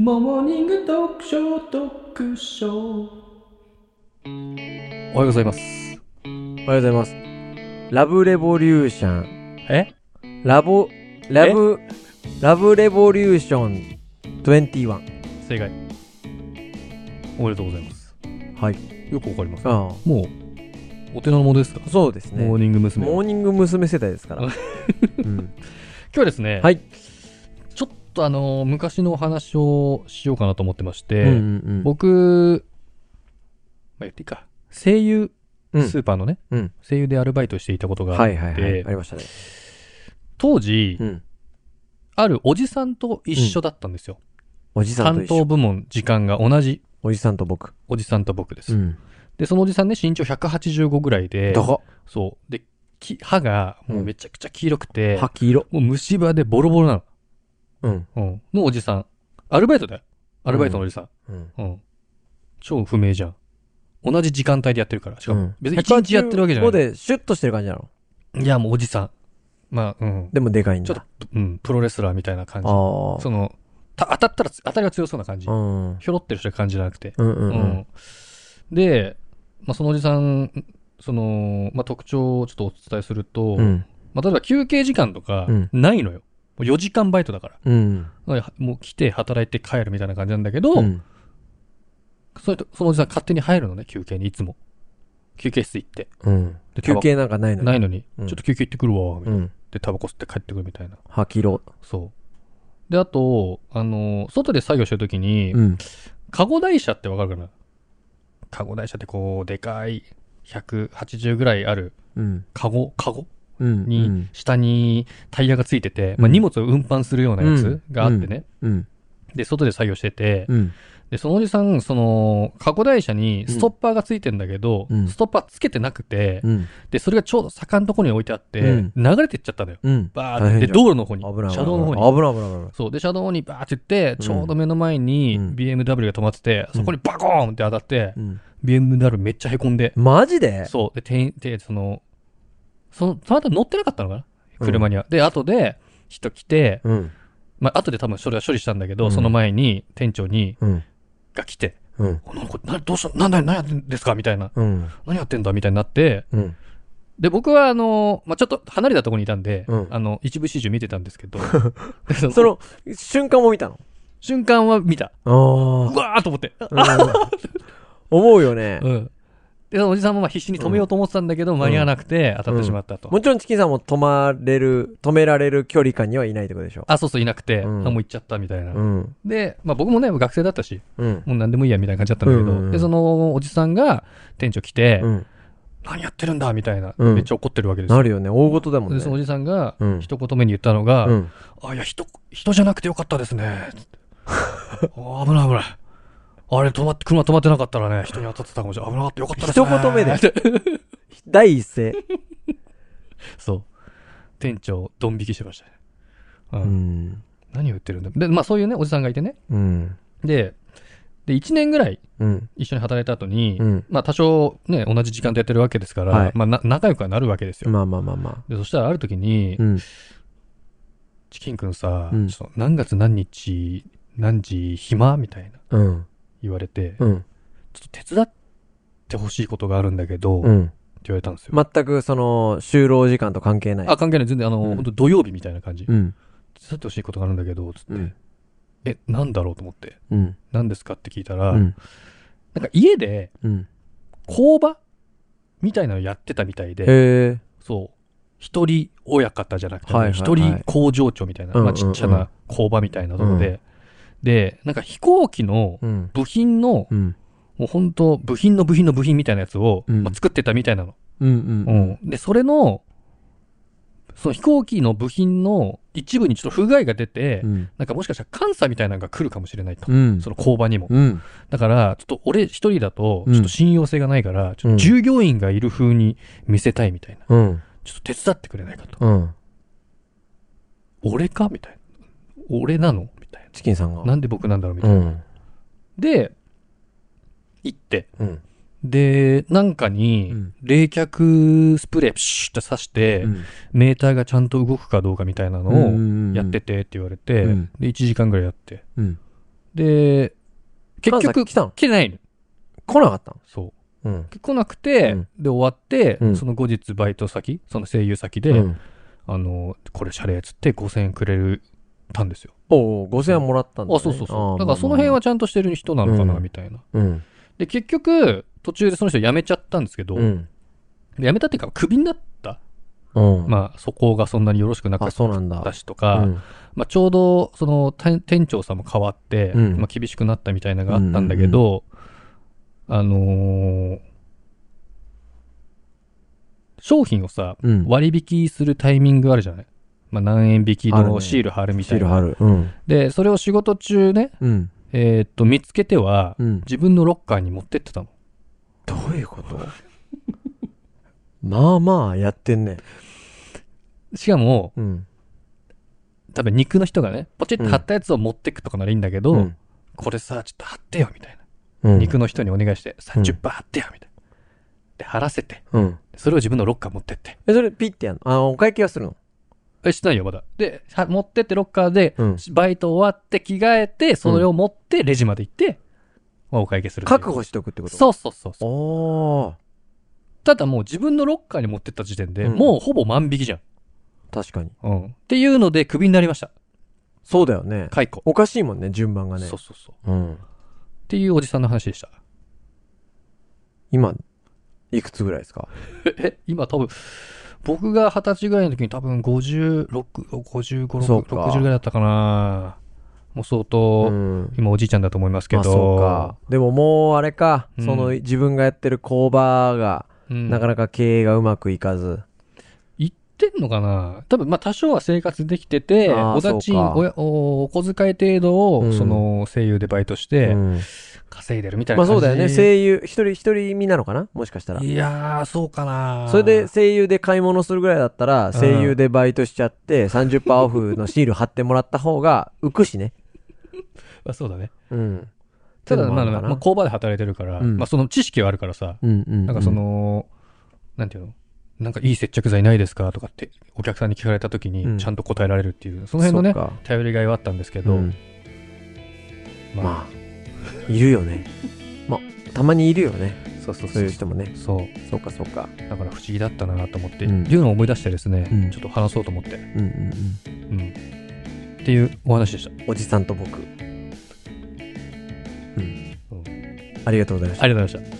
モーニング読書読書おはようございます。おはようございます。ラブレボリューション。えラボ、ラブ、ラブレボリューション21。正解。おめでとうございます。はい。よくわかります。あもう、お手の物ですか、あ、そうですね。モーモーニング娘。今ニング娘。世代です から。うん、日はですね、はい。ちょっとあのー昔のお話をしようかなと思ってまして、うんうんうん、僕、まあ、言っていいか。声優、うんスーパーのね、うん声優でアルバイトしていたことがあって、はいはいはい。ありましたね。当時、うん。あるおじさんと一緒だったんですよ。おじさんと担一当緒。部門、時間が同じおじさんと僕。おじさんと僕です。うん。で、そのおじさんね、身長185ぐらいで、どこそう。で、き歯がもうめちゃくちゃ黄色くて、覇気色。もう虫歯でボロボロなうん。の。うん。のおじさん。アルバイトだよ。アルバイトのおじさん。うん。うん。超不明じゃん。同じ時間帯でやってるから。しかうもん、別に一日やってるわけじゃない。ここでシュッとしてる感じなの。いや、もうおじさん。まあ、うん。でもでかいんだ。ちょっうん、プロレスラーみたいな感じ。あその、た当たったらつ、当たりが強そうな感じ。あ。うん。うんひょろってる人は感じなくて。うんう。うんん。で、まあ、そのおじさん、その、まあ、特徴をちょっとお伝えすると、うん。まあ、例えば休憩時間とかうん、ないのよ。もう4時間バイトだから。うん。だからもう来て働いて帰るみたいな感じなんだけど、うん。その人そのおじさん勝手に入るのね、休憩にいつも。休憩室行って。うん。で休憩なんかないの。ないいのに、うんちょっと休憩行ってくるわ、みたういな。ん。で、タバコ吸って帰ってくるみたいな。覇気色。そう。で、あと、あの、外で作業してるときに、うん。カゴ台車ってわかるかなカゴ台車ってこう、でかい、180ぐらいある、うん。カゴ、カゴうん。に、下にタイヤがついてて、まあ、うん荷物を運搬するようなやつがあってね。うん。で、外で作業してて、うん。で、そのおじさん、その、過去台車にストッパーがついてんだけど、うんストッパーつけてなくて、うん。で、それがちょうど坂のところに置いてあって、うん流れてっちゃったのよ。うん。バ大ーっ変て、でじゃん道路の方に、危ない。車道の方に。危ない危ない危ない。そう。で、車道にバーって行って、うんちょうど目の前にうん BMW が止まってて、うんそこにバコーンって当たって、うん。 BMW めっちゃ凹んで、マジでそう。で、店員、で、その、その、たまたま乗ってなかったのかな車には。で、後で、人来て、うん。まあ、後で多分それは処理したんだけど、うんその前に店長に、うん。が来て、うん。おなんかこれなどうしたなんだ何やってんですかみたいな。うん。何やってんだみたいになって。うん。で、僕はあの、まあ、ちょっと離れたところにいたんで、うんあの、一部始終見てたんですけ ど、その、瞬間も見たの瞬間は見た。うあわーと思って。あ。思うよね う。ん。で、そのおじさんもまあ必死に止めようと思ってたんだけど、間に合わなくて当たってしまったと。もちろんチキンさんも止まれる、止められる距離感にはいないってことでしょ。あ、そうそう、いなくて、うんあ、もう行っちゃったみたいな。うん。で、まあ僕もね、学生だったし、うん。もう何でもいいやみたいな感じだったんだけど、うんうんうんで、そのおじさんが店長来て、うん。何やってるんだみたいな、うんめっちゃ怒ってるわけですよなるよね。大事だもんで、そのおね。じさんがうん、一言目に言ったのが、うん。あ、いや、人、人じゃなくてよかったです ね。つってあ危ない危ない。あれ、止まって、車止まってなかったらね、人に当たってたかもしれない。危なかった、よかったですね。一言目で第一声。 そう。店長、ドン引きしてましたね。うん。うん。何を言ってるんだ。で、まあそういうね、おじさんがいてね。うん。で、で、1年ぐらいうん。一緒に働いた後に、うん。まあ多少ね、同じ時間でやってるわけですから、はいまあな仲良くはなるわけですよ。まあまあまあまで、そしたらある時に、あ。うん。チキンくんさ、うんちょっと何月何日、何時暇みたいなうん。言われて、うん。ちょっと手伝ってほしいことがあるんだけど、うってん。言われたんですよ。全くその、就労時間と関係ない。あ、関係ない。全然、あの、うん本当土曜日みたいな感じ。うん。手伝ってほしいことがあるんだけど、つって、うんえ、なんだろうと思って、うん。何ですかって聞いたら、うん。なんか家でうん。工場みたいなのやってたみたいで、へえ。そう。一人親方じゃなくて、はいはいはい一人工場長みたいな、うんうんうまんあ、ちっちゃな工場みたいなところで、うで、なんか飛行機のうん。部品の、うん。もう本当部品の部品の部品みたいなやつを、うんまあ、作ってたみたいなの。うん。うん。で、それの、その飛行機の部品の一部にちょっと不具合が出て、うん。なんかもしかしたら監査みたいなのが来るかもしれないと。うん。その工場にも。うん。だから、ちょっと俺一人だと、うんちょっと信用性がないから、ちょっと従業員がいる風に見せたいみたいな。うん。ちょっと手伝ってくれないかと。うん。俺かみたいな。俺なのみたいチキンさんが。な。なんで僕なんだろうみたういな。ん。で、行って。うん。で、なんかにうん、冷却スプレープシュッと刺して、メーターがちゃんと動くかどうかみたいなのを、をやっててって言われて、うんで1時間ぐらいやってうん。で、結関西局、来たの来てないの。来なかったのそうん。う。来なくて、うんで、終わって、うんその後日バイト先、その声優先で、うんあの、これ謝礼っつって5000円くれるたんですよ。おう5000円もらったんだ、ね。あ、そうそうそあう。ーだからその辺は、ちゃんとしてる人なのかな、うんみたいな。まあまあうん。で、結局、途中でその人辞めちゃったんですけど、うん。辞めたっていうか、クビになった。うん。まあ、そこがそんなによろしくなかあ、っそうなんだ。たしとか、うんまあ、ちょうど、その、店店長さんも変わって、うんまあ、厳しくなったみたいなのがあったんだけど、あのー商品をさ、うん。割引するタイミングあるじゃないまあ、何円引きあるのねシール貼るみシたーいルな。貼る。うん。で、それを仕事中ね、うん。えーっと、見つけては、うん。自分のロッカーに持ってってたの。どういうことまあまあ、やってんね。しかも、うん。多分肉の人がね、ポチッと貼ったやつを持ってくとかならいいんだけど、うんこれさ、ちょっと貼ってよ、みたいな。うん。肉の人にお願いして、うん30%貼ってよ、みたいな。で、貼らせて、うん。それを自分のロッカー持ってって。え、それピッてやんのあ、お会計はするのえ、してないよ、まだ。で、は持ってってロッカーで、うんバイト終わって着替えて、それを持ってレジまで行って、まあ、お会計するっていう。確保しとくってことそうそうそうそう。おー。ただもう自分のロッカーに持ってった時点で、うんもうほぼ万引きじゃん。確かに。うん。っていうので、クビになりました。そうだよね。解雇。おかしいもんね、順番がね。そうそうそう。うん。っていうおじさんの話でした。今、いくつぐらいですかえ、今多分、僕が二十歳ぐらいの時に多分56、55、6そうか60ぐらいだったかなもう相当、ん。今おじいちゃんだと思いますけど。まあそうか。でももうあれか、うんその自分がやってる工場が、うん。なかなか経営がうまくいかず。言ってんのかな多分、まあ多少は生活できてて、あーおだちん、そうかおやおお小遣い程度を、うんその声優でバイトして、うん稼いでるみたいまなあ感そうじだよね。声優、一人、一人身なのかなもしかしたら。いやー、そうかなそれで、声優で買い物するぐらいだったら、声優でバイトしちゃって、30%オフのシール貼ってもらった方が浮くしね。まあそうだね。うん。ただ、まあ、ってのもまるかあ、工場で働いてるから、うんまあその知識はあるからさ、うんうん。なんかそ、の、なんていうのなんかいい接着剤ないですかとかって、お客さんに聞かれた時うんに、ちゃんと答えられるっていう、その辺のね、そっか頼りがいはあったんですけうど、ん。ままあ、いるよね。まあ、たまにいるよね。あ、そうそうそそういうう。人もね。そう。そうかそうか。だから不思議だったなと思って、うんっていうのを思い出してですね、うんちょっと話そうと思って、うんうんうん。っていうお話でした。うん。おじさんと僕。うんうん。ありがとうございました。ありがとうございました。